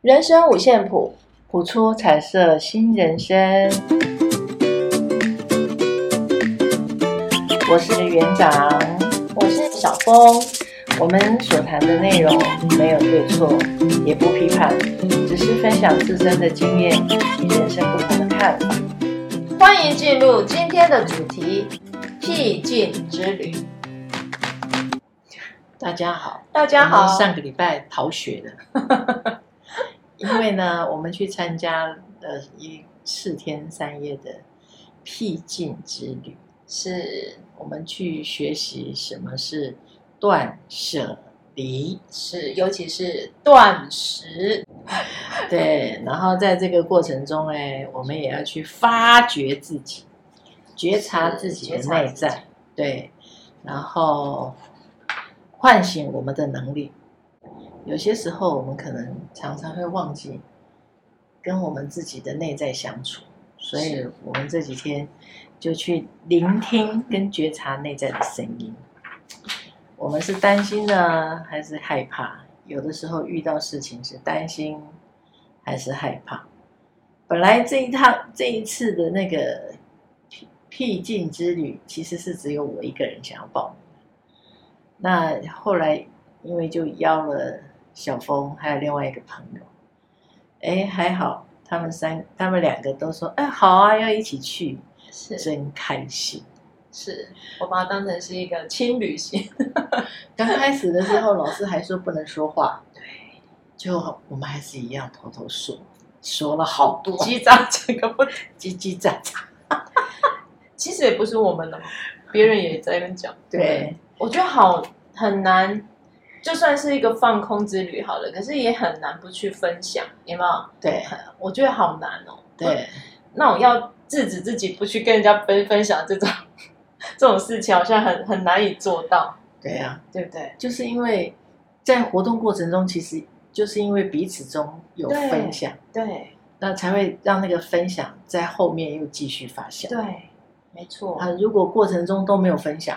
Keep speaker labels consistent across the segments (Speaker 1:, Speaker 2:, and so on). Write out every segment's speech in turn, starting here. Speaker 1: 人生五线谱，谱出彩色新人生。我是园长，我是小峰。我们所谈的内容没有对错，也不批判，只是分享自身的经验与人生不同的看法。欢迎进入今天的主题：僻静之旅。
Speaker 2: 大家好，
Speaker 1: 大家
Speaker 2: 我
Speaker 1: 好，
Speaker 2: 们上个礼拜逃学了， 因为呢，我们去参加呃一四天三夜的僻静之旅，
Speaker 1: 是
Speaker 2: 我们去学习什么是断舍离。
Speaker 1: 是，尤其是断食，
Speaker 2: 对，然后在这个过程中，哎，我们也要去发掘自己，觉察自己的
Speaker 1: 是觉察
Speaker 2: 内
Speaker 1: 自己
Speaker 2: 在，对，然后唤醒我们的能力。有些时候，我们可能常常会忘记跟我们自己的内在相处，所以
Speaker 1: 是
Speaker 2: 我们这几天就去聆听跟觉察内在的声音。我们是担心呢，还是害怕？有的时候遇到事情是担心，还是害怕？本来这一趟这一次的那个僻僻静之旅，其实是只有我一个人想要报名。那后来因为就邀了小峰，还有另外一个朋友，哎，还好，他们三他们两个都说，哎，好啊，要一起去，
Speaker 1: 是
Speaker 2: 真开心。
Speaker 1: 是，我把它当成是一个轻旅行，
Speaker 2: 刚开始的时候，老师还说不能说话，对，就我们还是一样偷偷说，说了好多，叽
Speaker 1: 击掌整个不
Speaker 2: 叽叽喳喳，
Speaker 1: 其实也不是我们的嘛，别人也在那边讲。
Speaker 2: 对，
Speaker 1: 我觉得好很难，就算是一个放空之旅好了，可是也很难不去分享，有没有？
Speaker 2: 对
Speaker 1: 我觉得好难哦。，
Speaker 2: 对，
Speaker 1: 那我要制止自己不去跟人家分分享这种 这种事情，好像很很难以做到，
Speaker 2: 对啊，
Speaker 1: 对不对？
Speaker 2: 就是因为在活动过程中，其实就是因为彼此中有
Speaker 1: 对
Speaker 2: 分享，
Speaker 1: 对
Speaker 2: 那才会让那个分享在后面又继续发酵。
Speaker 1: 对，没错，
Speaker 2: 啊，如果过程中都没有分享，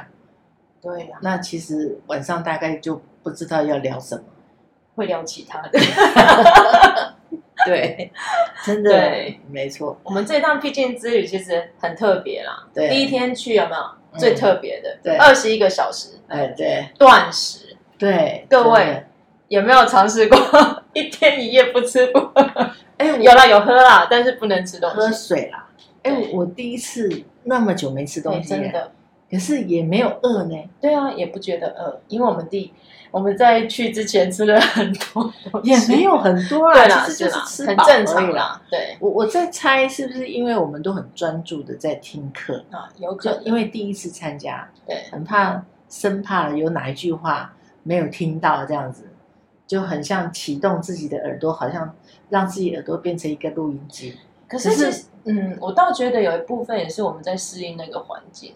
Speaker 1: 对呀、
Speaker 2: 那其实晚上大概就不知道要聊什么。
Speaker 1: 会聊其他的。
Speaker 2: 对， 真的，
Speaker 1: 对，
Speaker 2: 没错，
Speaker 1: 我们这趟僻静之旅其实很特别啦，
Speaker 2: 对，
Speaker 1: 第一，天去有没有
Speaker 2: 嗯
Speaker 1: 最特别的？
Speaker 2: 对
Speaker 1: 二十一个小时
Speaker 2: 哎，对，
Speaker 1: 断食。
Speaker 2: 对，
Speaker 1: 各位
Speaker 2: 真的，
Speaker 1: 有没有尝试过 一天一夜不吃不喝？
Speaker 2: 哎，我
Speaker 1: 有啦，有喝啦，但是不能吃东
Speaker 2: 喝
Speaker 1: 西。
Speaker 2: 水啦。哎、
Speaker 1: 对
Speaker 2: 我第一次那么久没吃
Speaker 1: 对，
Speaker 2: 东西、
Speaker 1: 真的，
Speaker 2: 可是也没有饿呢，
Speaker 1: 对啊，也不觉得饿，因为我们弟我们在去之前吃了很多东西，
Speaker 2: 也没有很多啦，
Speaker 1: 对啦，
Speaker 2: 其实
Speaker 1: 是
Speaker 2: 就
Speaker 1: 啦，
Speaker 2: 吃
Speaker 1: 很
Speaker 2: 饱
Speaker 1: 正
Speaker 2: 而
Speaker 1: 常
Speaker 2: 已啦。
Speaker 1: 啦，对
Speaker 2: 我我在猜是不是因为我们都很专注的在听课，
Speaker 1: 啊，有可
Speaker 2: 就
Speaker 1: 能
Speaker 2: 因为第一次参加，
Speaker 1: 对
Speaker 2: 很怕生怕有哪一句话没有听到，这样子就很像启动自己的耳朵，好像让自己耳朵变成一个录音机。
Speaker 1: 可是
Speaker 2: 可
Speaker 1: 其
Speaker 2: 是
Speaker 1: 实，嗯，我倒觉得有一部分也是我们在适应那个环境，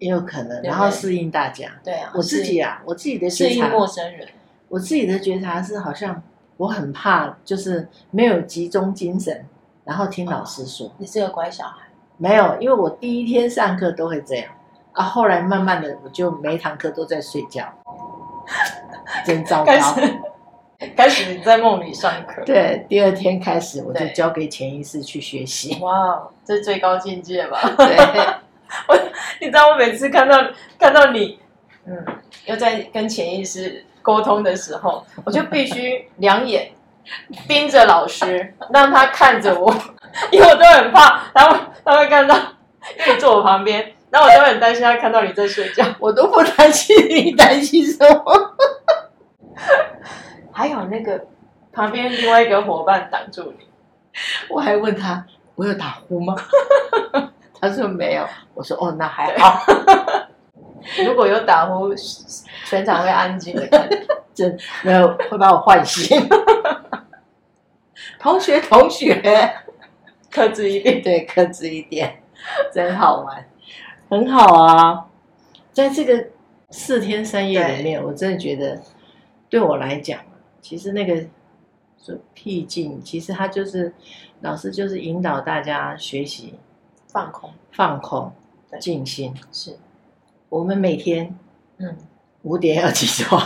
Speaker 2: 也有可能，
Speaker 1: 对
Speaker 2: 然后适应大家。
Speaker 1: 对啊，
Speaker 2: 我自己
Speaker 1: 啊，
Speaker 2: 啊，我自己的
Speaker 1: 适
Speaker 2: 觉
Speaker 1: 应
Speaker 2: 察，
Speaker 1: 陌生人，
Speaker 2: 我自己的觉察是好像我很怕，就是没有集中精神，然后听老师说、
Speaker 1: 你是个乖小孩，
Speaker 2: 没有，因为我第一天上课都会这样啊，后来慢慢的我就每一堂课都在睡觉，真糟 糕
Speaker 1: 开。始开始在梦里上课，
Speaker 2: 对，第二天开始我就
Speaker 1: 对
Speaker 2: 交给潜意识去学习。
Speaker 1: 哇哦，这是最高境界吧？
Speaker 2: 对，
Speaker 1: 你知道 我每次看到看到你，嗯，又在跟潜意识沟通的时候，我就必须两眼盯着老师，让他看着我， 因为我都很怕他会他会看到，因为你坐我旁边，然后我都很担心他看到你在睡觉。
Speaker 2: 我都不担心你担心什么。
Speaker 1: 还有那个旁边另外一个伙伴挡住你，
Speaker 2: 我还问他，我有打呼吗？他说没有。我说哦，那还好。
Speaker 1: 如果有打呼，全场会安静的看。
Speaker 2: 真没有会把我唤醒。 同学，同学，
Speaker 1: 克制一点，
Speaker 2: 对，克制一点，真好玩，很好啊。在这个四天三夜里面，我真的觉得对我来讲，其实那个说僻静，其实它就是老师就是引导大家学习
Speaker 1: 放空
Speaker 2: 放空、
Speaker 1: 对
Speaker 2: 静心。
Speaker 1: 是，
Speaker 2: 我们每天
Speaker 1: 嗯，
Speaker 2: 五点要起床，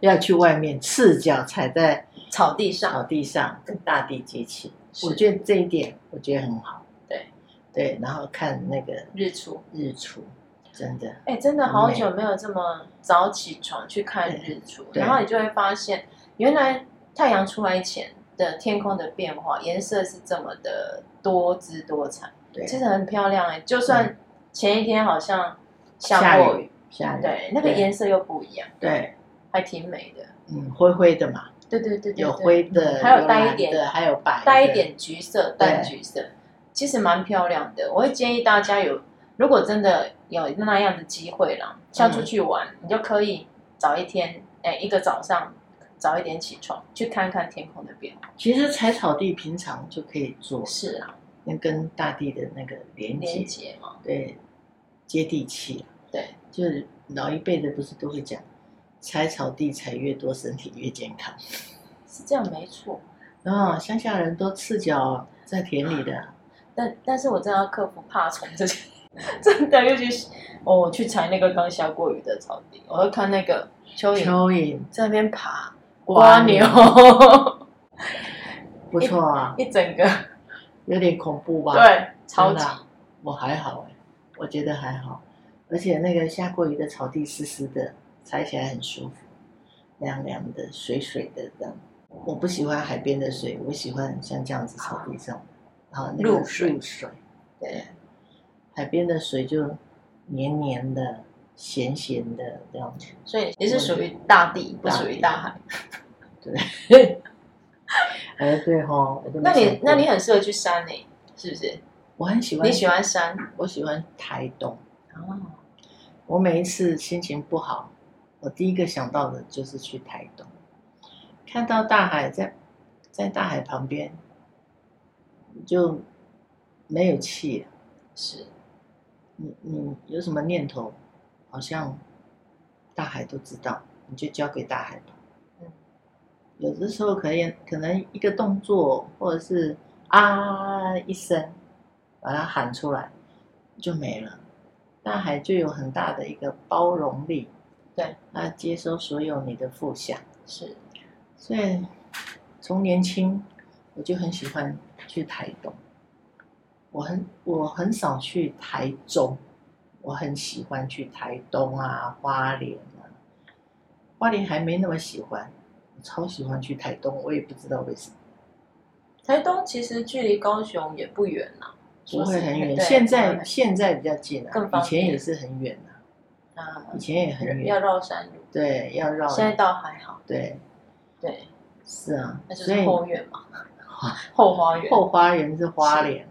Speaker 2: 要去外面赤脚踩在
Speaker 1: 草地上，
Speaker 2: 草地上跟大地接起。
Speaker 1: 是
Speaker 2: 我觉得这一点我觉得很好。
Speaker 1: 对
Speaker 2: 对，然后看那个
Speaker 1: 日出。
Speaker 2: 日出，真的
Speaker 1: 哎，真的好久没有这么早起床去看日出，
Speaker 2: 对
Speaker 1: 然后你就会发现，原来太阳出来前的天空的变化，颜色是这么的多姿多彩，
Speaker 2: 对。
Speaker 1: 其实很漂亮哎。就算前一天好像
Speaker 2: 下
Speaker 1: 下过雨，
Speaker 2: 下雨
Speaker 1: 对，那个颜色又不一样，
Speaker 2: 对，
Speaker 1: 还挺美的。
Speaker 2: 嗯，灰灰的嘛，
Speaker 1: 对对对对，
Speaker 2: 有
Speaker 1: 对
Speaker 2: 灰的，
Speaker 1: 还有带一
Speaker 2: 蓝
Speaker 1: 点
Speaker 2: 的，还有白的，
Speaker 1: 带一点橘色、淡橘色，其实蛮漂亮的。我会建议大家有，如果真的有那样的机会啦，像出去玩，你就可以早一天，哎、一个早上早一点起床，去看看天空的变化。
Speaker 2: 其实踩草地平常就可以做，
Speaker 1: 是啊，
Speaker 2: 那跟大地的那个连
Speaker 1: 连
Speaker 2: 接，
Speaker 1: 接嘛，
Speaker 2: 对，接地气。啊
Speaker 1: 对，
Speaker 2: 就是老一辈的不是都会讲，踩草地踩越多，身体越健康。
Speaker 1: 是这样没错。
Speaker 2: 然后乡下人都赤脚在田 里的，
Speaker 1: 但但是我真的要克服怕虫这些， 真的，尤其是哦，我去踩那个刚下过雨的草地，我会看那个蚯蚓
Speaker 2: 蚯蚓、
Speaker 1: 在那边爬，
Speaker 2: 瓜
Speaker 1: 瓜
Speaker 2: 牛
Speaker 1: 牛，
Speaker 2: 不错 啊，
Speaker 1: 一整个
Speaker 2: 有点恐怖吧？，
Speaker 1: 对，超级
Speaker 2: 真的。啊我还好哎、我觉得还好，而且那个下过雨的草地湿湿的，踩起来很舒服，凉凉的、水水的这样。我不喜欢海边的水，我喜欢像这样子草地上，啊，那个
Speaker 1: 露水
Speaker 2: 露水，
Speaker 1: 对，
Speaker 2: 海边的水就黏黏的、咸咸的这样子。
Speaker 1: 所以你是属于大地，不
Speaker 2: 大地
Speaker 1: 属于大海。
Speaker 2: 哎，对吼，我都没
Speaker 1: 那
Speaker 2: 想
Speaker 1: 你
Speaker 2: 过
Speaker 1: 那你很适合去山呢、是不是？
Speaker 2: 我很喜欢，
Speaker 1: 你喜欢山？
Speaker 2: 我喜欢台东。
Speaker 1: 哦，
Speaker 2: 我每一次心情不好，我第一个想到的就是去台东，看到大海在在大海旁边，就没有气了。
Speaker 1: 是
Speaker 2: 你你有什么念头，好像大海都知道，你就交给大海吧。
Speaker 1: 嗯
Speaker 2: 有的时候可以可能一个动作，或者是啊一声，把它喊出来就没了。大海就有很大的一个包容力，
Speaker 1: 对，
Speaker 2: 它接收所有你的负向。
Speaker 1: 是，
Speaker 2: 所以从年轻我就很喜欢去台东，我很我很少去台中，我很喜欢去台东啊、花莲啊，花莲还没那么喜欢，我超喜欢去台东，我也不知道为什么，
Speaker 1: 台东其实距离高雄也不远呐、
Speaker 2: 不会很远。
Speaker 1: 对
Speaker 2: 现
Speaker 1: 不
Speaker 2: 在
Speaker 1: 会
Speaker 2: 现在比较近
Speaker 1: 更
Speaker 2: 啊，以
Speaker 1: 方便
Speaker 2: 前也是很远啊，
Speaker 1: 啊，
Speaker 2: 以前也很
Speaker 1: 要
Speaker 2: 远，
Speaker 1: 绕山路，
Speaker 2: 对，要绕，
Speaker 1: 现在倒还好。
Speaker 2: 对，
Speaker 1: 对，
Speaker 2: 是啊，
Speaker 1: 那就
Speaker 2: 所
Speaker 1: 是
Speaker 2: 以
Speaker 1: 后院 嘛，后花园，
Speaker 2: 后花园是花莲，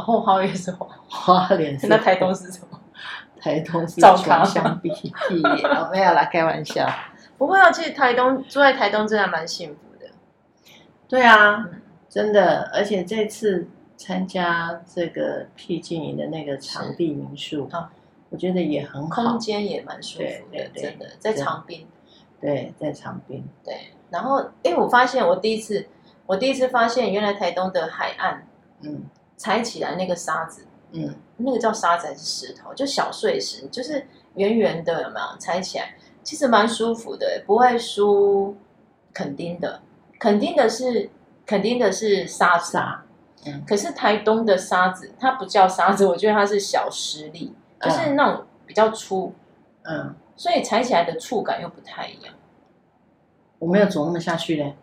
Speaker 1: 哦后花园是花，
Speaker 2: 花莲是
Speaker 1: 那台东是 什么？
Speaker 2: 台东是
Speaker 1: 糟
Speaker 2: 穷
Speaker 1: 糕
Speaker 2: 乡僻僻，哦没有啦，开玩笑。
Speaker 1: 不会啊，其实台东住在台东真的蛮幸福的。
Speaker 2: 对啊
Speaker 1: 嗯，
Speaker 2: 真的，而且这次参加这个僻静营的那个场地民宿哦
Speaker 1: 啊，
Speaker 2: 我觉得也很好
Speaker 1: 空。间也蛮舒服的
Speaker 2: 对对，对
Speaker 1: 真的，在
Speaker 2: 对
Speaker 1: 长滨
Speaker 2: 对，在长滨，
Speaker 1: 对，然后哎，诶我发现我第一次，我第一次发现原来台东的海岸
Speaker 2: 嗯
Speaker 1: 踩起来那个沙子，
Speaker 2: 嗯，
Speaker 1: 那个叫沙子还是石头，就小碎石，就是圆圆的，有没有？踩起来其实蛮舒服的，不会输垦丁的，垦丁的是垦丁的是沙子，
Speaker 2: 沙，嗯
Speaker 1: 可是台东的沙子它不叫沙子，我觉得它是小石粒，就是那种比较粗，
Speaker 2: 嗯，
Speaker 1: 所以踩起来的触感又不太一样。
Speaker 2: 我没有走那么下去嘞，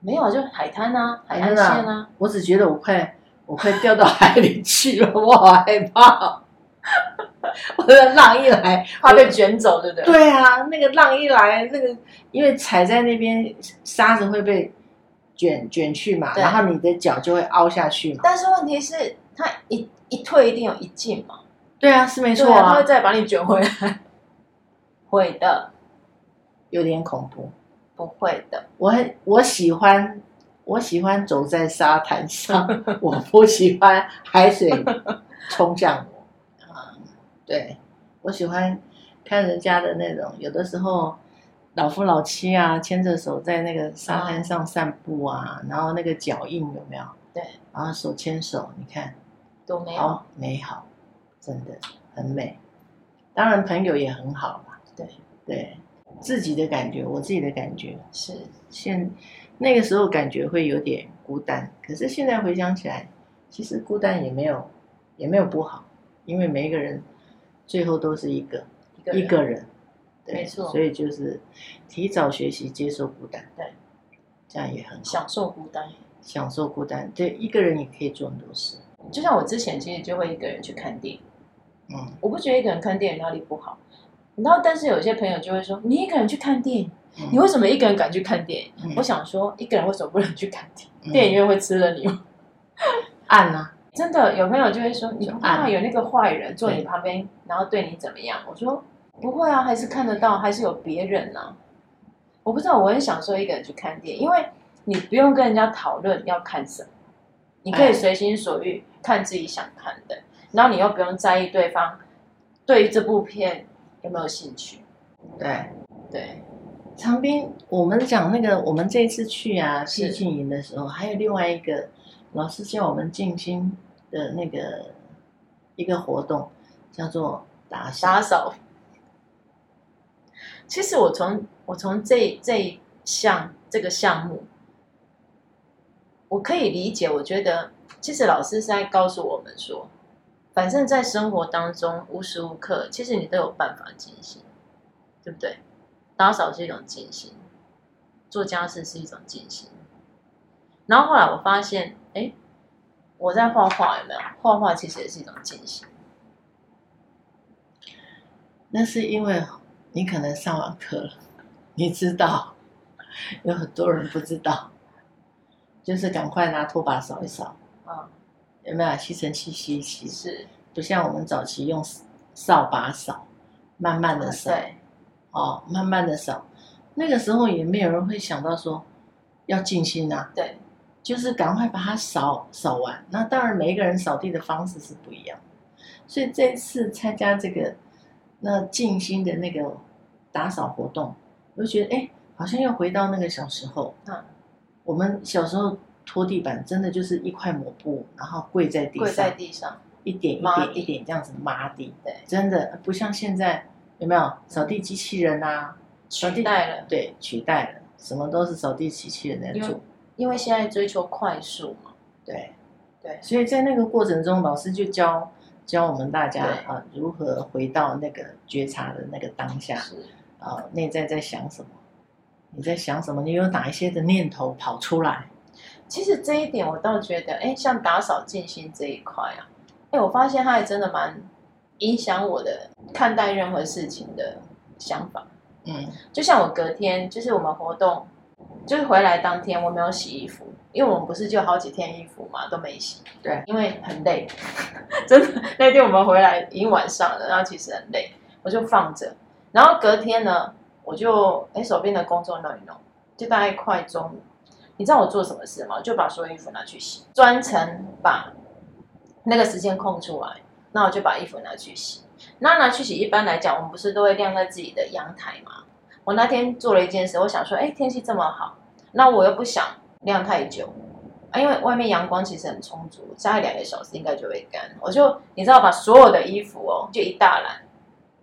Speaker 1: 没有啊，就海滩啊，海
Speaker 2: 海
Speaker 1: 岸
Speaker 2: 滩啊
Speaker 1: 线啊，
Speaker 2: 我只觉得我快我快掉到海里去了，我好害怕。 我的浪一来，
Speaker 1: 怕被卷走，对不对？
Speaker 2: 对啊，那个浪一来，那个因为踩在那边沙子会被卷卷去嘛，
Speaker 1: 对
Speaker 2: 然后你的脚就会凹下去嘛。
Speaker 1: 但是问题是，它一一退一定有一进嘛，
Speaker 2: 对啊，是没
Speaker 1: 没
Speaker 2: 错
Speaker 1: 它
Speaker 2: 啊
Speaker 1: 会，再把你卷回来。会的，
Speaker 2: 有点恐怖。
Speaker 1: 不会的，
Speaker 2: 我很我喜欢我喜欢走在沙滩上， 我不喜欢海水冲向我。啊、对我喜欢看人家的那种，有的时候老夫老妻啊，牵着手在那个沙滩上散步啊，然后那个脚印有没有？
Speaker 1: 对，
Speaker 2: 然后手牵手，你看
Speaker 1: 都没有。
Speaker 2: 好美好，真的很美。当然，朋友也很好啦。
Speaker 1: 对
Speaker 2: 对，自己的感觉，我自己的感觉，
Speaker 1: 是
Speaker 2: 现那个时候感觉会有点孤单，可是现在回想起来，其实孤单也没有也没有不好，因为每一个人最后都是一个
Speaker 1: 一个人
Speaker 2: 一个人，对，
Speaker 1: 没错
Speaker 2: 所以就是提早学习接受孤单，
Speaker 1: 对，
Speaker 2: 这样也很好，
Speaker 1: 享受孤单。
Speaker 2: 享受孤单，对，一个人也可以做很多事，
Speaker 1: 就像我之前其实就会一个人去看电影，
Speaker 2: 嗯，
Speaker 1: 我不觉得一个人看电影哪里不好。然后，但是有些朋友就会说：“你一个人去看电影，你为什么一个人敢去看电影？”
Speaker 2: 嗯
Speaker 1: 我想说，一个人为什么不能去看电影？
Speaker 2: 嗯
Speaker 1: 电影院会吃了你吗？
Speaker 2: 暗啊，
Speaker 1: 真的有朋友就会说：“你不怕
Speaker 2: 按
Speaker 1: 有那个坏人坐你旁边，然后对你怎么样？”我说：“不会啊，还是看得到，还是有别人啊。”我不知道，我很享受一个人去看电影，因为你不用跟人家讨论要看什么，你可以
Speaker 2: 哎
Speaker 1: 随心所欲看自己想看的，然后你又不用在意对方对于这部片有没有兴趣。
Speaker 2: 对。
Speaker 1: 对，
Speaker 2: 长滨，我们讲那个，我们这次去啊
Speaker 1: 是
Speaker 2: 试训营的时候，还有另外一个老师叫我们静心的那个一个活动，叫做打
Speaker 1: 打
Speaker 2: 沙。
Speaker 1: 扫。其实我从我从这这一项这个项目，我可以理解。我觉得，其实老师是在告诉我们说，反正在生活当中无时无刻，其实你都有办法进行，对不对？打扫是一种进行，做家事是一种进行。然后后来我发现，哎，我在画画有没有？画画其实也是一种进行。
Speaker 2: 那是因为你可能上完课了，你知道，有很多人不知道，就是赶快拿拖把扫一扫，
Speaker 1: 啊，
Speaker 2: 有没有吸尘器吸一吸？
Speaker 1: 是，
Speaker 2: 不像我们早期用扫把扫，慢慢的扫。
Speaker 1: 对。
Speaker 2: 哦，慢慢的扫。那个时候也没有人会想到说要静心啊，
Speaker 1: 对，
Speaker 2: 就是赶快把它扫扫完。那当然，每一个人扫地的方式是不一样的，所以这次参加这个那静心的那个打扫活动，我就觉得哎、诶好像又回到那个小时候。
Speaker 1: 嗯，
Speaker 2: 我们小时候拖地板真的就是一块抹布，然后跪在地
Speaker 1: 跪在
Speaker 2: 上，
Speaker 1: 地上，
Speaker 2: 一点一
Speaker 1: 抹
Speaker 2: 点
Speaker 1: 地
Speaker 2: 一点这样子抹地。
Speaker 1: 对，
Speaker 2: 真的不像现在有没有扫地机器人啊？扫
Speaker 1: 取
Speaker 2: 地
Speaker 1: 代了，
Speaker 2: 对，取代了，什么都是扫地机器人在
Speaker 1: 因为
Speaker 2: 做。
Speaker 1: 因为现在追求快速嘛，
Speaker 2: 对，
Speaker 1: 对
Speaker 2: 所以在那个过程中，老师就教教我们大家
Speaker 1: 对
Speaker 2: 啊，如何回到那个觉察的那个当下
Speaker 1: 是，
Speaker 2: 啊，内在在想什么，你在想什么，你有哪一些的念头跑出来？
Speaker 1: 其实这一点我倒觉得，哎，像打扫静心这一块啊，哎，我发现它还真的蛮影响我的看待任何事情的想法。
Speaker 2: 嗯
Speaker 1: 就像我隔天，就是我们活动，就是回来当天我没有洗衣服，因为我们不是就好几天衣服嘛都没洗，
Speaker 2: 对，
Speaker 1: 因为很累， 真的那天我们回来已经晚上了，然后其实很累，我就放着，然后隔天呢，我就哎手边的工作弄一弄，就大概快中午，你知道我做什么事吗？我就把所有衣服拿去洗，专程把那个时间空出来，那我就把衣服拿去洗。那拿去洗，一般来讲，我们不是都会晾在自己的阳台吗？我那天做了一件事，我想说，哎，天气这么好，那我又不想晾太久，啊，因为外面阳光其实很充足，大概两个小时应该就会干。我就你知道，把所有的衣服哦，就一大篮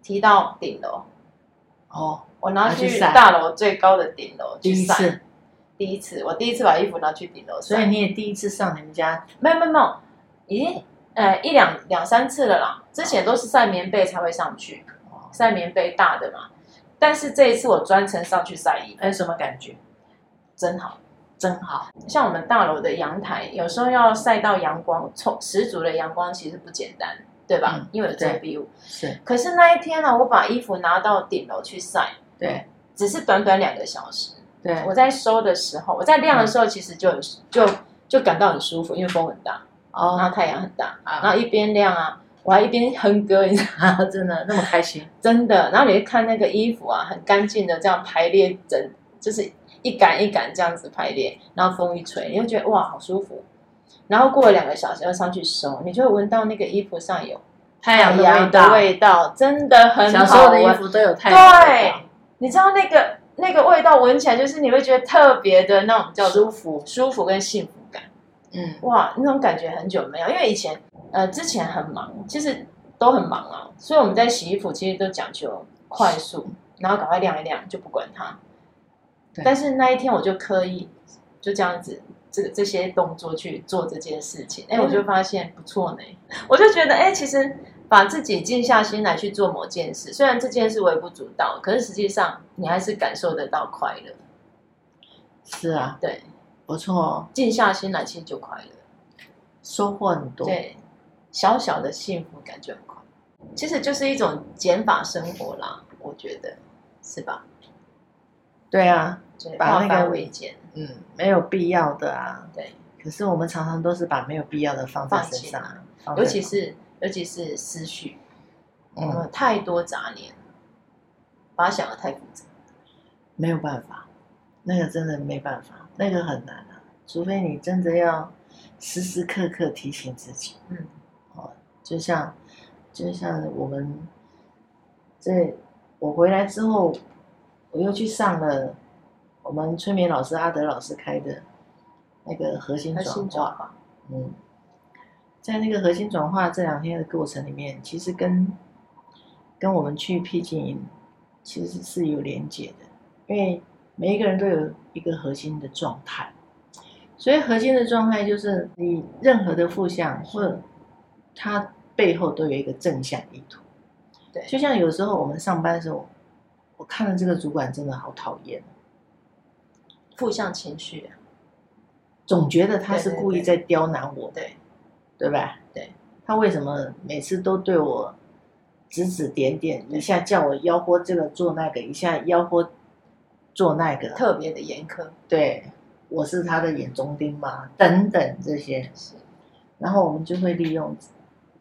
Speaker 1: 提到顶楼，
Speaker 2: 哦，
Speaker 1: 我拿
Speaker 2: 拿去
Speaker 1: 去
Speaker 2: 晒
Speaker 1: 大楼最高的顶楼
Speaker 2: 第
Speaker 1: 去
Speaker 2: 一
Speaker 1: 晒。
Speaker 2: 次，
Speaker 1: 第一次，我第一次把衣服拿去顶楼晒，
Speaker 2: 所以你也第一次上你们家，
Speaker 1: 没有没有没有，已经呃一两两三次了啦。之前都是晒棉被才会上去，
Speaker 2: 哦
Speaker 1: 晒棉被大的嘛。但是这一次我专程上去晒衣服，
Speaker 2: 哎，什么感觉？
Speaker 1: 真好。
Speaker 2: 真好，
Speaker 1: 像我们大楼的阳台，有时候要晒到阳光，充十足的阳光其实不简单，对吧？
Speaker 2: 嗯
Speaker 1: 因为有遮蔽物。
Speaker 2: 是
Speaker 1: 可是那一天呢、我把衣服拿到顶楼去晒，
Speaker 2: 对
Speaker 1: 只是短短两个小时。
Speaker 2: 对，
Speaker 1: 我在收的时候，我在晾的时候，其实就很就就感到很舒服，因为风很大。然
Speaker 2: 哦，
Speaker 1: 后太阳很大，
Speaker 2: 啊
Speaker 1: 然后一边晾啊，我还一边哼歌，你知道吗
Speaker 2: 真的那么开心，
Speaker 1: 真的。然后你就看那个衣服啊，很干净的这样排列整，就是一杆一杆这样子排列，然后风一吹，你就觉得哇，好舒服。然后过了两个小时要上去收，你就会闻到那个衣服上有
Speaker 2: 太阳的
Speaker 1: 阳
Speaker 2: 味
Speaker 1: 的
Speaker 2: 道，
Speaker 1: 哎味道，真的很
Speaker 2: 小时
Speaker 1: 好
Speaker 2: 候的衣
Speaker 1: 闻。
Speaker 2: 服都有太阳的味
Speaker 1: 对
Speaker 2: 道，，
Speaker 1: 你知道那个那个味道闻起来，就是你会觉得特别的那种叫做
Speaker 2: 舒服，
Speaker 1: 舒服跟幸福感。
Speaker 2: 嗯，
Speaker 1: 哇，那种感觉很久没有，因为以前呃之前很忙，其实都很忙啊，所以我们在洗衣服其实都讲究快速，然后赶快晾一晾就不管它
Speaker 2: 对。
Speaker 1: 但是那一天我就刻意就这样子，这个这些动作去做这件事情，哎，我就发现不错呢。 我就觉得，哎，其实把自己静下心来去做某件事，虽然这件事微不足道，可是实际上你还是感受得到快乐。
Speaker 2: 是啊，
Speaker 1: 对，
Speaker 2: 不错哦，
Speaker 1: 静下心来，其实就快乐。
Speaker 2: 收获很多。
Speaker 1: 对，小小的幸福感觉很快，其实就是一种减法生活啦，我觉得是吧？
Speaker 2: 对啊，
Speaker 1: 对，
Speaker 2: 把那
Speaker 1: 化
Speaker 2: 个
Speaker 1: 繁为简，
Speaker 2: 嗯，没有必要的啊。
Speaker 1: 对，
Speaker 2: 可是我们常常都是把没有必要的放在
Speaker 1: 放
Speaker 2: 身
Speaker 1: 弃
Speaker 2: 上
Speaker 1: 它，
Speaker 2: 放
Speaker 1: 尤
Speaker 2: 在
Speaker 1: 其是尤其是思绪，我
Speaker 2: 哦嗯，
Speaker 1: 们太多杂念，把它想的太复杂。
Speaker 2: 没有办法，那个真的没办法，那个很难啊，除非你真的要时时刻刻提醒自己。哦
Speaker 1: 嗯，
Speaker 2: 就像就像我们这我回来之后，我又去上了我们催眠老师阿德老师开的那个核心
Speaker 1: 他
Speaker 2: 转
Speaker 1: 心
Speaker 2: 化
Speaker 1: 转，化，
Speaker 2: 嗯，在那个核心转化这两天的过程里面，其实跟跟我们去僻静营其实是有连结的，因为每一个人都有一个核心的状态，所以核心的状态就是你任何的负向或它背后都有一个正向意图。
Speaker 1: 对
Speaker 2: 就像有时候我们上班的时候，我看了这个主管真的好讨厌，
Speaker 1: 负向情绪啊，
Speaker 2: 总觉得他是
Speaker 1: 对对
Speaker 2: 故意
Speaker 1: 对
Speaker 2: 在刁难我，
Speaker 1: 对
Speaker 2: 对吧？
Speaker 1: 对，
Speaker 2: 他为什么每次都对我指指点点，一下叫我吆喝这个做那个，一下吆喝做那个？
Speaker 1: 特别的严苛，
Speaker 2: 对，我是他的眼中钉嘛，等等这些，
Speaker 1: 是
Speaker 2: 然后我们就会利用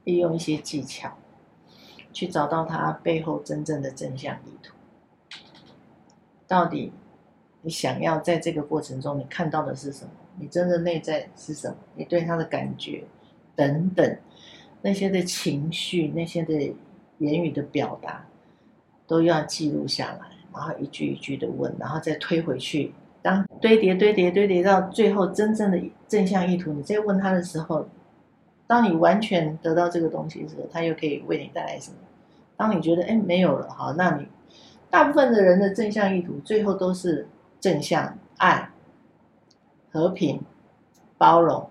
Speaker 2: 利用一些技巧，去找到他背后真正的正向意图。到底你想要在这个过程中，你看到的是什么？你真的内在是什么？你对他的感觉等等，那些的情绪、那些的言语的表达，都要记录下来，然后一句一句的问，然后再推回去。当堆叠、堆叠、堆叠到最后真正的正向意图，你再问他的时候，当你完全得到这个东西的时候，他又可以为你带来什么？当你觉得哎没有了，好，那你大部分的人的正向意图最后都是正向、爱、和平、包容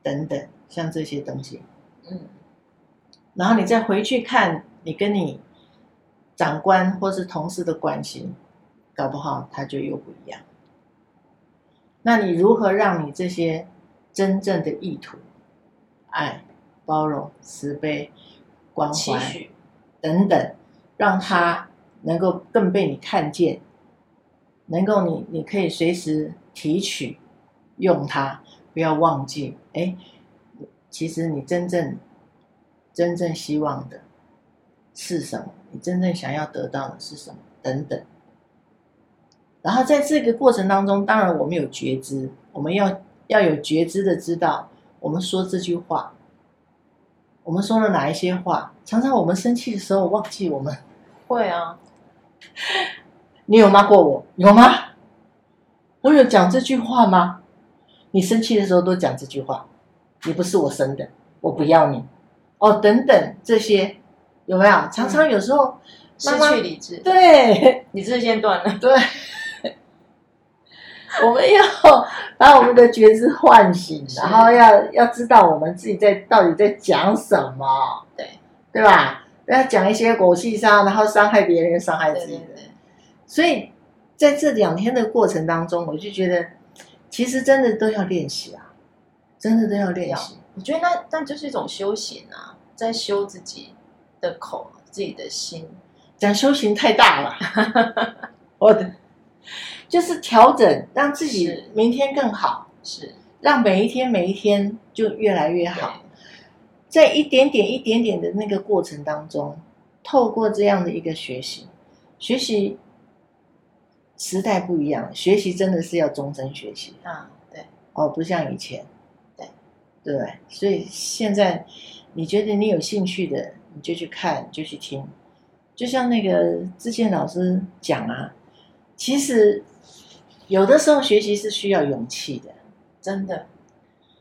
Speaker 2: 等等，像这些东西。
Speaker 1: 嗯，
Speaker 2: 然后你再回去看你跟你长官或是同事的关系，搞不好他就又不一样。那你如何让你这些真正的意图、爱、包容、慈悲、关
Speaker 1: 期
Speaker 2: 怀
Speaker 1: 许，
Speaker 2: 等等，让他能够更被你看见，能够你你可以随时提取用它，不要忘记，哎，其实你真正真正希望的是什么？你真正想要得到的是什么？等等。然后在这个过程当中，当然我们有觉知，我们要要有觉知的知道，我们说这句话，我们说了哪一些话。常常我们生气的时候忘记我们，
Speaker 1: 会啊，
Speaker 2: 你有骂过我？有吗？我有讲这句话吗？你生气的时候都讲这句话，你不是我生的，我不要你。哦，等等这些，有没有？常常有时
Speaker 1: 嗯
Speaker 2: 候，
Speaker 1: 失
Speaker 2: 妈妈
Speaker 1: 去理智，
Speaker 2: 对，
Speaker 1: 理智线断了，
Speaker 2: 对，我们要把我们的觉知唤醒，
Speaker 1: 是
Speaker 2: 然后要要知道我们自己在到底在讲什么，
Speaker 1: 对
Speaker 2: 对吧？不要讲一些狗气伤，然后伤害别人、伤害
Speaker 1: 对
Speaker 2: 自己
Speaker 1: 对
Speaker 2: 的。
Speaker 1: 对，
Speaker 2: 所以在这两天的过程当中，我就觉得，其实真的都要练习啊，真的都要练习。
Speaker 1: 我觉得那那就是一种修行啊，在修自己的口，自己的心，
Speaker 2: 讲修行太大 了，我的就是调整，让自己
Speaker 1: 是
Speaker 2: 明天更好。
Speaker 1: 是
Speaker 2: 让每一天每一天就越来越好
Speaker 1: 对，
Speaker 2: 在一点点一点点的那个过程当中，透过这样的一个学习，学习时代不一样，学习真的是要终身学习
Speaker 1: 啊，对，
Speaker 2: 哦，不像以前，
Speaker 1: 对
Speaker 2: 对不对，所以现在你觉得你有兴趣的，你就去看，就去听，就像那个之前老师讲啊，其实有的时候学习是需要勇气的。
Speaker 1: 真的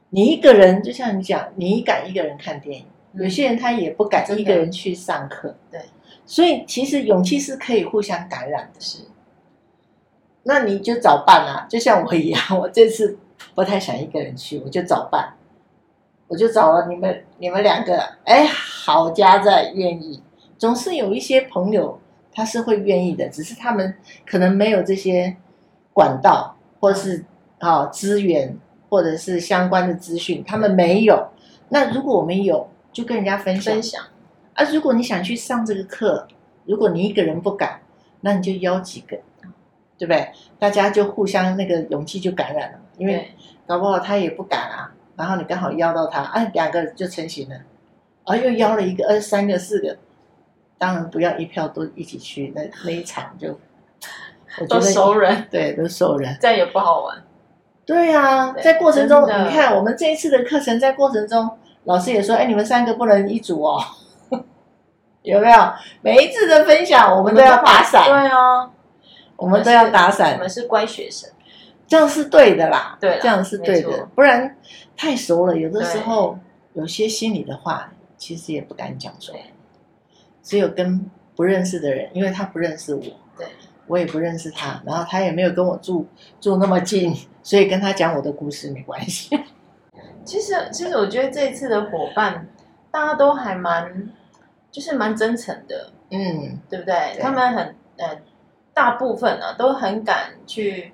Speaker 2: 你一个人，就像你讲，你敢一个人看电影，
Speaker 1: 嗯
Speaker 2: 有些人他也不敢
Speaker 1: 真的
Speaker 2: 一个人去上课。
Speaker 1: 对，
Speaker 2: 所以其实勇气是可以互相感染的。
Speaker 1: 是
Speaker 2: 那你就找伴啊，就像我一样，我这次不太想一个人去，我就找伴，我就找了你们你们两个，哎，好家在愿意，总是有一些朋友他是会愿意的，只是他们可能没有这些管道或是啊、资源或者是相关的资讯，他们没有。那如果我们有，就跟人家分享
Speaker 1: 分享，
Speaker 2: 啊，如果你想去上这个课，如果你一个人不敢，那你就邀几个，对不对？大家就互相那个勇气就感染了，因为
Speaker 1: 对，
Speaker 2: 搞不好他也不敢啊，然后你刚好邀到他，啊，两个就成型了，啊，又邀了一个、二三个、四个，当然不要一票都一起去，那那一场 就我觉
Speaker 1: 都
Speaker 2: 得
Speaker 1: 熟人，
Speaker 2: 对都熟人，
Speaker 1: 这样也不好玩。
Speaker 2: 对啊，
Speaker 1: 对
Speaker 2: 在过程中，
Speaker 1: 真的
Speaker 2: 你看我们这一次的课程，在过程中，老师也说，哎，你们三个不能一组哦， 有没有？每一次的分享，我们都要打伞，
Speaker 1: 对啊，
Speaker 2: 我们都要打
Speaker 1: 我
Speaker 2: 伞，
Speaker 1: 们是乖学生，
Speaker 2: 这样是对的啦，
Speaker 1: 对啦
Speaker 2: 这样是对
Speaker 1: 没
Speaker 2: 的
Speaker 1: 错，
Speaker 2: 不然太熟了，有的时候有些心里的话，其实也不敢讲出来
Speaker 1: 对，
Speaker 2: 只有跟不认识的人，因为他不认识我，
Speaker 1: 对，
Speaker 2: 我也不认识他，然后他也没有跟我住住那么近，所以跟他讲我的故事没关系。
Speaker 1: 其实，其实我觉得这一次的伙伴，大家都还蛮，就是蛮真诚的，
Speaker 2: 嗯，
Speaker 1: 对不对？
Speaker 2: 对
Speaker 1: 他们很，呃，大部分啊都很敢去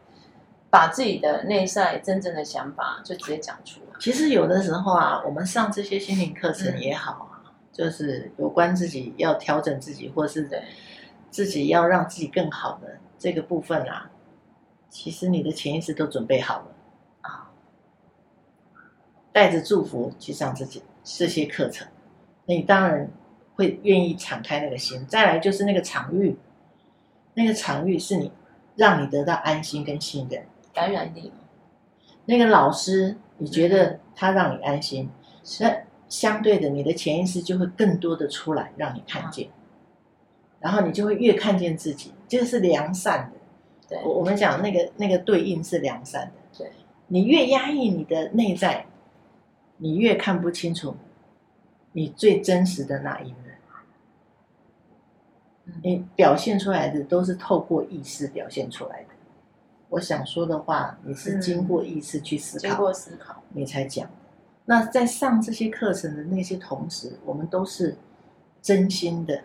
Speaker 1: 把自己的内在真正的想法就直接讲出来。
Speaker 2: 其实有的时候啊，我们上这些心灵课程也好啊，就是有关自己要调整自己，或是
Speaker 1: 对
Speaker 2: 自己要让自己更好的这个部分啊，其实你的潜意识都准备好了啊，带着祝福去上自己这些课程，那你当然会愿意敞开那个心。再来就是那个场域，那个场域是你让你得到安心跟信任。
Speaker 1: 感染力嘛，
Speaker 2: 那个老师，你觉
Speaker 1: 嗯
Speaker 2: 得他让你安心，那相对的，你的潜意识就会更多的出来让你看
Speaker 1: 啊
Speaker 2: 见，然后你就会越看见自己，这个是良善的。
Speaker 1: 对
Speaker 2: 我我们讲那个那个对应是良善的。
Speaker 1: 对，
Speaker 2: 你越压抑你的内在，你越看不清楚你最真实的那一面。
Speaker 1: 嗯，
Speaker 2: 你表现出来的都是透过意识表现出来的。我想说的话，你
Speaker 1: 嗯
Speaker 2: 是经过意识去思
Speaker 1: 经
Speaker 2: 考，
Speaker 1: 过思考，
Speaker 2: 你才讲。那在上这些课程的那些同时，我们都是真心的，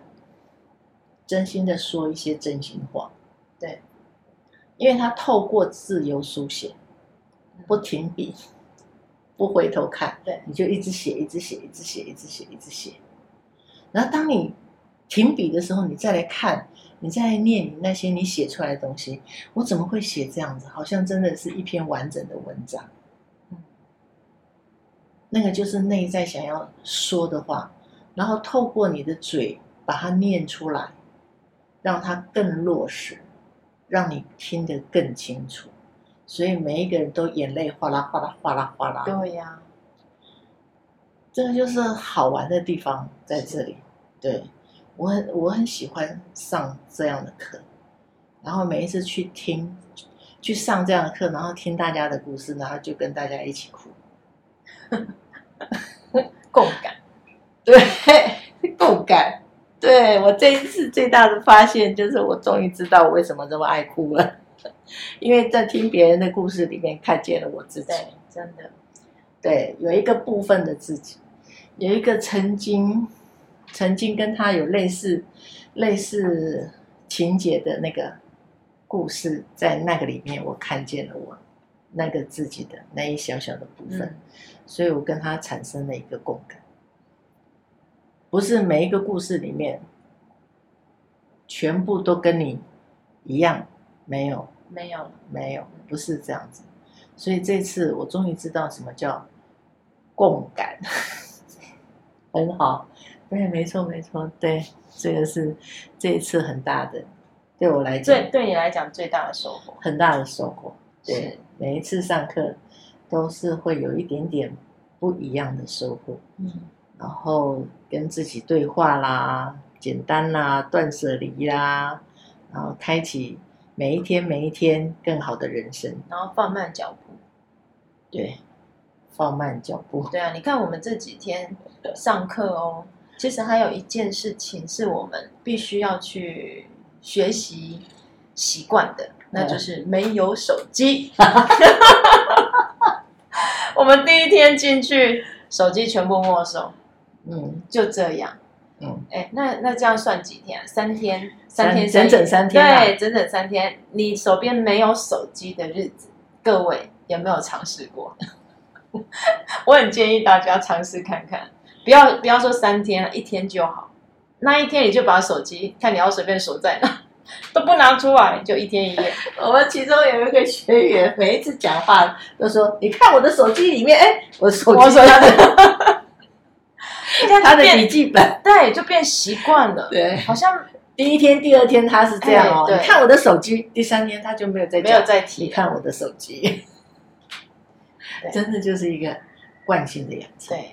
Speaker 2: 真心的说一些真心话。
Speaker 1: 对，
Speaker 2: 因为他透过自由书写，不停笔，不回头看，
Speaker 1: 对
Speaker 2: 你就一直写，一直写，一直写，一直写，一直写。然后当你停笔的时候，你再来看，你再来念你那些你写出来的东西，我怎么会写这样子？好像真的是一篇完整的文章。那个就是内在想要说的话，然后透过你的嘴把它念出来，让它更落实，让你听得更清楚。所以每一个人都眼泪哗啦哗啦哗啦哗啦。
Speaker 1: 对呀、
Speaker 2: 这个就是好玩的地方在这里。对我很我很喜欢上这样的课，然后每一次去听去上这样的课，然后听大家的故事，然后就跟大家一起哭。
Speaker 1: 共感，
Speaker 2: 对，共感。对我这一次最大的发现就是，我终于知道我为什么这么爱哭了， 因为在听别人的故事里面看见了我自己。
Speaker 1: 对，真的，
Speaker 2: 对，有一个部分的自己，有一个曾经曾经跟他有类似类似情节的那个故事，在那个里面，我看见了我那个自己的那一小小的部分，
Speaker 1: 嗯，
Speaker 2: 所以我跟他产生了一个共感。不是每一个故事里面全部都跟你一样，没有
Speaker 1: 没有了，
Speaker 2: 没有，不是这样子。所以这次我终于知道什么叫共感， 很好。对，没错，没错，对，这个是这一次很大的，对我来讲
Speaker 1: 最对你来讲最大的收获，
Speaker 2: 很大的收获。对
Speaker 1: 是，
Speaker 2: 每一次上课都是会有一点点不一样的收获，
Speaker 1: 嗯，
Speaker 2: 然后跟自己对话啦，简单啦，断舍离啦，然后开启每一天每一天更好的人生。
Speaker 1: 然后放慢脚步，
Speaker 2: 对，放慢脚步。
Speaker 1: 对啊，你看我们这几天上课哦，其实还有一件事情是我们必须要去学习习惯的，那就是没有手机。 我们第一天进去，手机全部没收，
Speaker 2: 嗯
Speaker 1: 就这样。
Speaker 2: 嗯，
Speaker 1: 哎，那那这样算几天啊？三天，
Speaker 2: 三
Speaker 1: 天
Speaker 2: 整
Speaker 1: 三
Speaker 2: 整
Speaker 1: 夜，
Speaker 2: 三天啊，
Speaker 1: 对，整整三天。你手边没有手机的日子，各位有没有尝试过？ 我很建议大家尝试看看，不要不要说三天啊了，一天就好。那一天你就把手机看你要随便锁在哪， 都不拿出来，就一天一夜。
Speaker 2: 我们其中有一个学员，每一次讲话都说：“你看我的手机里面，哎，我手
Speaker 1: 我
Speaker 2: 机
Speaker 1: 手
Speaker 2: 他的他
Speaker 1: 他
Speaker 2: 的笔记本。
Speaker 1: 对，就变习惯”了，
Speaker 2: 对，
Speaker 1: 好像
Speaker 2: 第一天、第二天他是这样哦，
Speaker 1: 哎对
Speaker 2: 你看我的手机，第三天他就没有再
Speaker 1: 没有
Speaker 2: 讲，
Speaker 1: 再
Speaker 2: 你
Speaker 1: 提。
Speaker 2: 看我的手机，
Speaker 1: 对
Speaker 2: 真的就是一个惯性的养成。
Speaker 1: 对，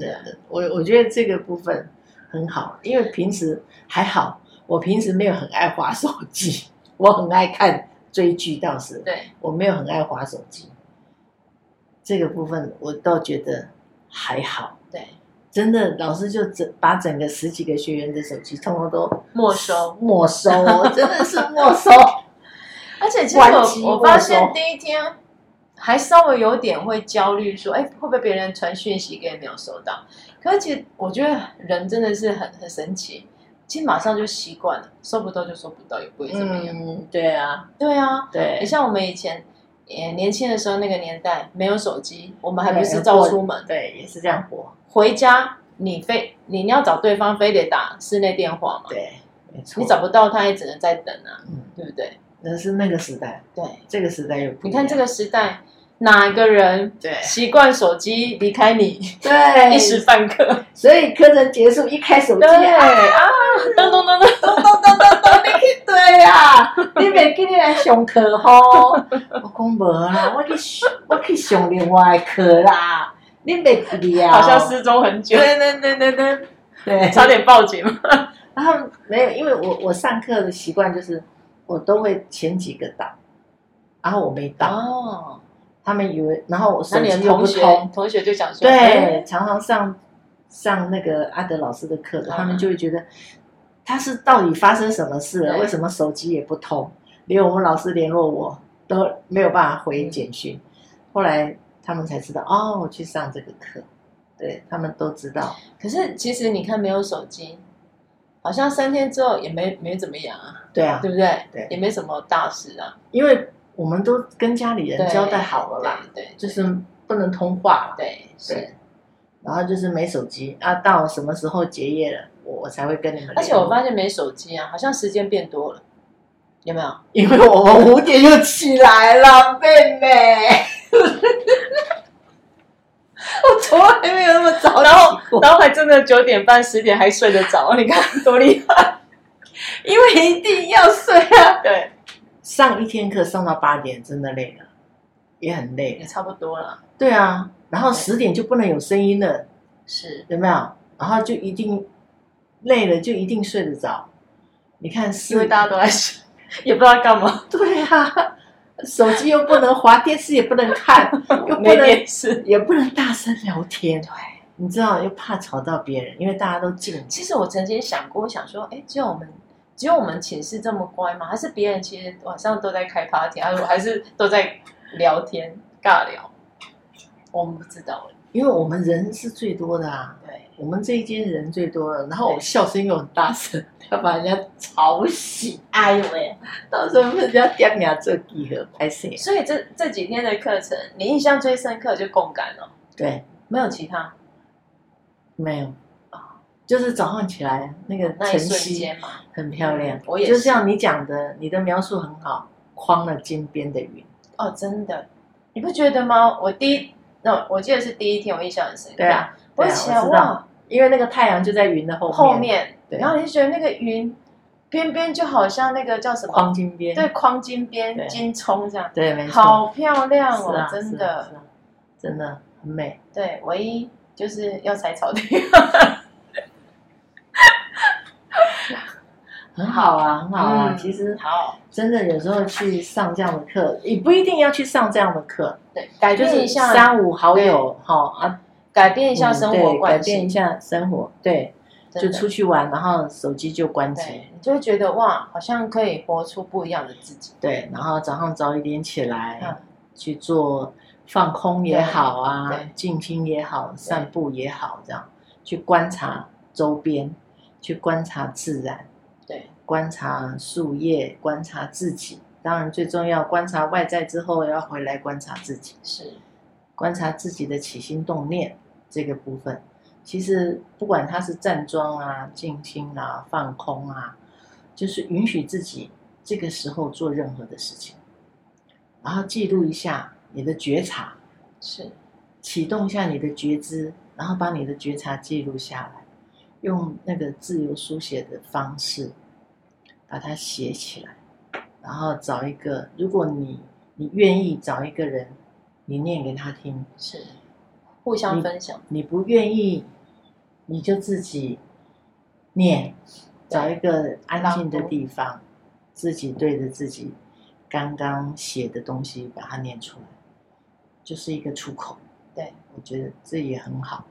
Speaker 1: 真的
Speaker 2: 的，我我觉得这个部分很好，因为平时还好，我平时没有很爱划手机，我很爱看追剧，倒是
Speaker 1: 对，
Speaker 2: 我没有很爱划手机，这个部分我倒觉得还好。
Speaker 1: 对，
Speaker 2: 真的，老师就整把整个十几个学员的手机通通都
Speaker 1: 没收。
Speaker 2: 没收，我真的是没 收。
Speaker 1: 而且其实
Speaker 2: 关机
Speaker 1: 我我发
Speaker 2: 没
Speaker 1: 现
Speaker 2: 收
Speaker 1: 第一天还稍微有点会焦虑，说哎会不会别人传讯息给你没有收到？可是其实我觉得人真的是很很神奇，其实马上就习惯了，收不到就收不到，也不会怎么样。
Speaker 2: 嗯，对啊，
Speaker 1: 对啊，你
Speaker 2: 对
Speaker 1: 像我们以前也年轻的时候那个年代没有手机，我们还不
Speaker 2: 对
Speaker 1: 是照出门，
Speaker 2: 对，也是这样活。
Speaker 1: 回家你非你要找对方非得打室内电话嘛，
Speaker 2: 对，没错。
Speaker 1: 你找不到他也只能再等啊，
Speaker 2: 嗯，
Speaker 1: 对不对？
Speaker 2: 那是那个时代，
Speaker 1: 对，
Speaker 2: 这个时代又不一
Speaker 1: 你
Speaker 2: 样
Speaker 1: 看这个时代哪一个人
Speaker 2: 对
Speaker 1: 习惯手机离开你
Speaker 2: 对，
Speaker 1: 一时半刻。
Speaker 2: 所以课程结束一开手机，啊
Speaker 1: 啊，噔噔噔噔，
Speaker 2: 咚咚咚咚咚，你去对啊，你袂记你来上课 吼？我讲无啦，我去上我去上另外的课啦，你袂记你啊？
Speaker 1: 好像失踪很久，
Speaker 2: 对对对对对对。
Speaker 1: 差点报警。
Speaker 2: 然后没有，因为我我上课的习惯就是我都会前几个到，然后我没到，
Speaker 1: 哦，
Speaker 2: 他们以为，然后我
Speaker 1: 那
Speaker 2: 手
Speaker 1: 你的
Speaker 2: 机又
Speaker 1: 同
Speaker 2: 不
Speaker 1: 学
Speaker 2: 通，
Speaker 1: 同学就讲说，哎，
Speaker 2: 对，常常上上那个阿德老师的
Speaker 1: 嗯
Speaker 2: 课的，他们就会觉得他是到底发生什么事了？
Speaker 1: 对
Speaker 2: 为什么手机也不通，连我们老师联络我都没有办法回
Speaker 1: 嗯
Speaker 2: 简讯。后来他们才知道，哦，我去上这个课，对他们都知道。
Speaker 1: 可是其实你看没有手机，好像三天之后也没没怎么样啊，
Speaker 2: 对啊，
Speaker 1: 对不对？
Speaker 2: 对
Speaker 1: 也没什么大事啊，
Speaker 2: 因为我们都跟家里人
Speaker 1: 对
Speaker 2: 交代好了啦，，
Speaker 1: 对，对
Speaker 2: 就是不能通话了。
Speaker 1: 对是。
Speaker 2: 对然后就是没手机啊，到什么时候结业了，我我才会跟你们联络。
Speaker 1: 而且我发现没手机啊，好像时间变多了，有没有？
Speaker 2: 因为我们五点就起来了，妹妹。 我从来没有那么早
Speaker 1: 然后
Speaker 2: 起过，
Speaker 1: 然后还真的九点半、十点还睡得着，你看多厉害。
Speaker 2: 因为一定要睡啊。
Speaker 1: 对，
Speaker 2: 上一天课上到八点，真的累了，也很累
Speaker 1: 也。差不多了。
Speaker 2: 对啊，然后
Speaker 1: 对
Speaker 2: 十点就不能有声音了，
Speaker 1: 是，
Speaker 2: 有没有？然后就一定累了，就一定睡得着。你看四，
Speaker 1: 因为大家都在睡，也不知道干 嘛，
Speaker 2: 对啊，手机又不能滑，电视也不能 看，又不
Speaker 1: 没
Speaker 2: 能
Speaker 1: 电视。
Speaker 2: 也不能大声聊天，对，你知道又怕吵到别人，因为大家都静。
Speaker 1: 其实我曾经想过，想说，哎，只有我们。只有我们寝室这么乖吗？还是别人其实晚上都在开 party，还是还是都在聊天尬聊？我们不知道哎
Speaker 2: 因为我们人是最多的啊，
Speaker 1: 对，
Speaker 2: 我们这一间人最多了，然后我笑声又很大声，要把人家吵醒，
Speaker 1: 哎呦喂！
Speaker 2: 到时候人家点名做集合拍谁？
Speaker 1: 所以这这几天的课程，你印象最深刻就共感了，
Speaker 2: 对，
Speaker 1: 没有其他
Speaker 2: 没有，就是早上起来那个
Speaker 1: 那
Speaker 2: 晨
Speaker 1: 一瞬
Speaker 2: 曦
Speaker 1: 间嘛？
Speaker 2: 很漂亮
Speaker 1: 嗯，我也
Speaker 2: 就是像你讲的，你的描述很好，框了金边的云，
Speaker 1: 哦，真的，你不觉得吗？我第一，那我记得是第一天，我印象很深刻。
Speaker 2: 对啊，
Speaker 1: 我
Speaker 2: 对啊
Speaker 1: 起来
Speaker 2: 我知道
Speaker 1: 哇，
Speaker 2: 因为那个太阳就在云的后面，
Speaker 1: 后面，
Speaker 2: 对
Speaker 1: 然后你就觉得那个云边边就好像那个叫什么？
Speaker 2: 框金边，
Speaker 1: 对，框金
Speaker 2: 对
Speaker 1: 边、金葱这样，
Speaker 2: 对，没错，
Speaker 1: 好漂亮
Speaker 2: 是
Speaker 1: 哦
Speaker 2: 啊，，
Speaker 1: 真
Speaker 2: 是啊
Speaker 1: 的
Speaker 2: 是。啊真的很美。
Speaker 1: 对，唯一就是要踩草地。
Speaker 2: 很好啊，很好啊。
Speaker 1: 嗯
Speaker 2: 其实
Speaker 1: 好，
Speaker 2: 真的有时候去上这样的课，也不一定要去上这样的课，
Speaker 1: 对，改
Speaker 2: 就
Speaker 1: 变
Speaker 2: 是
Speaker 1: 一下，
Speaker 2: 三五好友哈啊，
Speaker 1: 改变一下
Speaker 2: 嗯
Speaker 1: 生
Speaker 2: 对
Speaker 1: 活
Speaker 2: 改
Speaker 1: 惯
Speaker 2: 变
Speaker 1: 性。
Speaker 2: 一下生活，对，
Speaker 1: 真
Speaker 2: 就
Speaker 1: 的
Speaker 2: 出去玩，然后手机就关机
Speaker 1: 对，，你就会觉得哇，好像可以活出不一样的自己。
Speaker 2: 对，然后早上早一点起来、
Speaker 1: 嗯
Speaker 2: 去做放空也好啊
Speaker 1: 对，
Speaker 2: 静心也好，散步也好，这样去观察周边，去观察自然，
Speaker 1: 对，
Speaker 2: 观察树叶，观察自己。当然，最重要观察外在之后，要回来观察自己，
Speaker 1: 是，
Speaker 2: 观察自己的起心动念这个部分。其实不管它是站桩啊、静心啊、放空啊，就是允许自己这个时候做任何的事情，然后记录一下你的觉察，
Speaker 1: 是，
Speaker 2: 启动一下你的觉知，然后把你的觉察记录下来，用那个自由书写的方式把它写起来，然后找一个，如果你你愿意找一个人，你念给他听，
Speaker 1: 是，互相分享，
Speaker 2: 你不愿意，你就自己念，找一个安静的地方，自己对着自己刚刚写的东西把它念出来，就是一个出口。
Speaker 1: 对，
Speaker 2: 我觉得这也很好，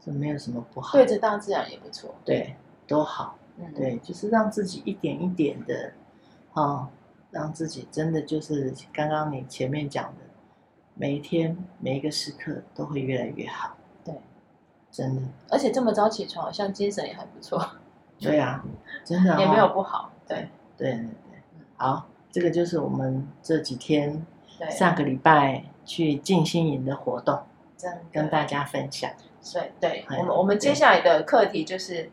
Speaker 2: 这没有什么不好。
Speaker 1: 对着大自然也不错。
Speaker 2: 对，都好。
Speaker 1: 嗯，
Speaker 2: 对，就是让自己一点一点的，哦，让自己真的就是刚刚你前面讲的，每一天每一个时刻都会越来越好。
Speaker 1: 对，
Speaker 2: 真的，
Speaker 1: 而且这么早起床，好像精神也还不错，
Speaker 2: 对啊，真的、哦、
Speaker 1: 也没有不好。对
Speaker 2: 对对对，好，这个就是我们这几天
Speaker 1: 对，
Speaker 2: 上个礼拜去静心营的活动，
Speaker 1: 真的
Speaker 2: 跟大家分享。
Speaker 1: 所以对
Speaker 2: 哎
Speaker 1: 我们我们
Speaker 2: 对
Speaker 1: 接下来的课题就是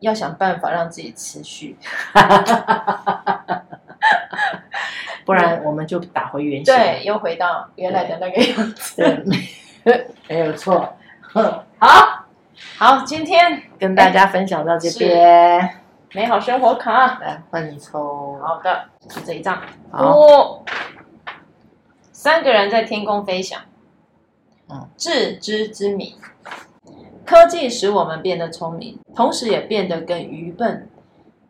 Speaker 1: 要想办法让自己持续。
Speaker 2: 不然我们就打回原形。
Speaker 1: 对，又回到原来的那个样子。
Speaker 2: 对，没 没有错。
Speaker 1: 好，好，今天
Speaker 2: 跟大家分享到这边，
Speaker 1: 美好生活卡，
Speaker 2: 来换你抽。
Speaker 1: 好的，是这一张。
Speaker 2: 好，
Speaker 1: 哦，三个人在天空飞翔。
Speaker 2: 嗯，
Speaker 1: 自知之明。科技使我们变得聪明，同时也变得更愚笨。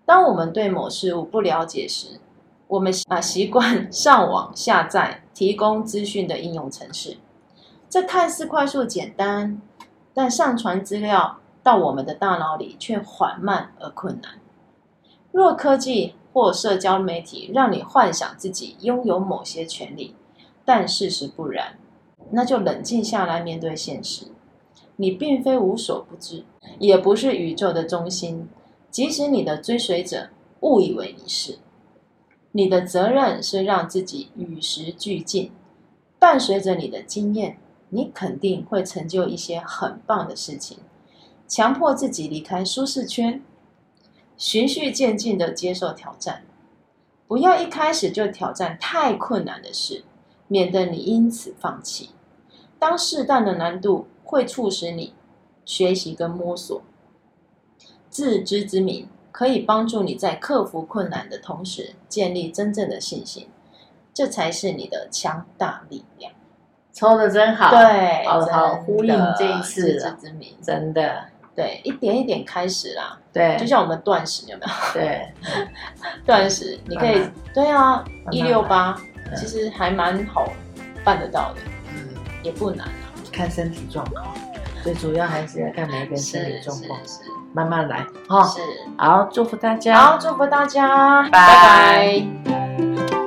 Speaker 1: 当我们对某事物不了解时，我们啊习惯上网下载提供资讯的应用程式。这看似快速简单，但上传资料到我们的大脑里却缓慢而困难。若科技或社交媒体让你幻想自己拥有某些权利，但事实不然，那就冷静下来面对现实。你并非无所不知，也不是宇宙的中心，即使你的追随者误以为你是。你的责任是让自己与时俱进，伴随着你的经验，你肯定会成就一些很棒的事情。强迫自己离开舒适圈，循序渐进的接受挑战，不要一开始就挑战太困难的事，免得你因此放弃。当适当的难度会促使你学习跟摸索，自知之明可以帮助你在克服困难的同时，建立真正的信心，这才是你的强大力量。
Speaker 2: 抽的真好。，
Speaker 1: 对，
Speaker 2: 好
Speaker 1: 真
Speaker 2: 好
Speaker 1: 的
Speaker 2: 呼应这一次
Speaker 1: 自知
Speaker 2: 了
Speaker 1: 之明，
Speaker 2: 真的，
Speaker 1: 对，一点一点开始啦，
Speaker 2: 对，
Speaker 1: 就像我们断食有没有？
Speaker 2: 对，
Speaker 1: 断食，你可以、
Speaker 2: 慢
Speaker 1: 对啊，一六
Speaker 2: 慢
Speaker 1: 八
Speaker 2: 嗯
Speaker 1: 其实还蛮好办得到的，
Speaker 2: 嗯，
Speaker 1: 也不难啊。
Speaker 2: 看身体状况，最主要还是要看每个人身体
Speaker 1: 是是
Speaker 2: 状况，
Speaker 1: 是
Speaker 2: 慢慢来哈。
Speaker 1: 是，
Speaker 2: 好，祝福大家。
Speaker 1: 然后祝福大家，
Speaker 2: 拜
Speaker 1: 拜拜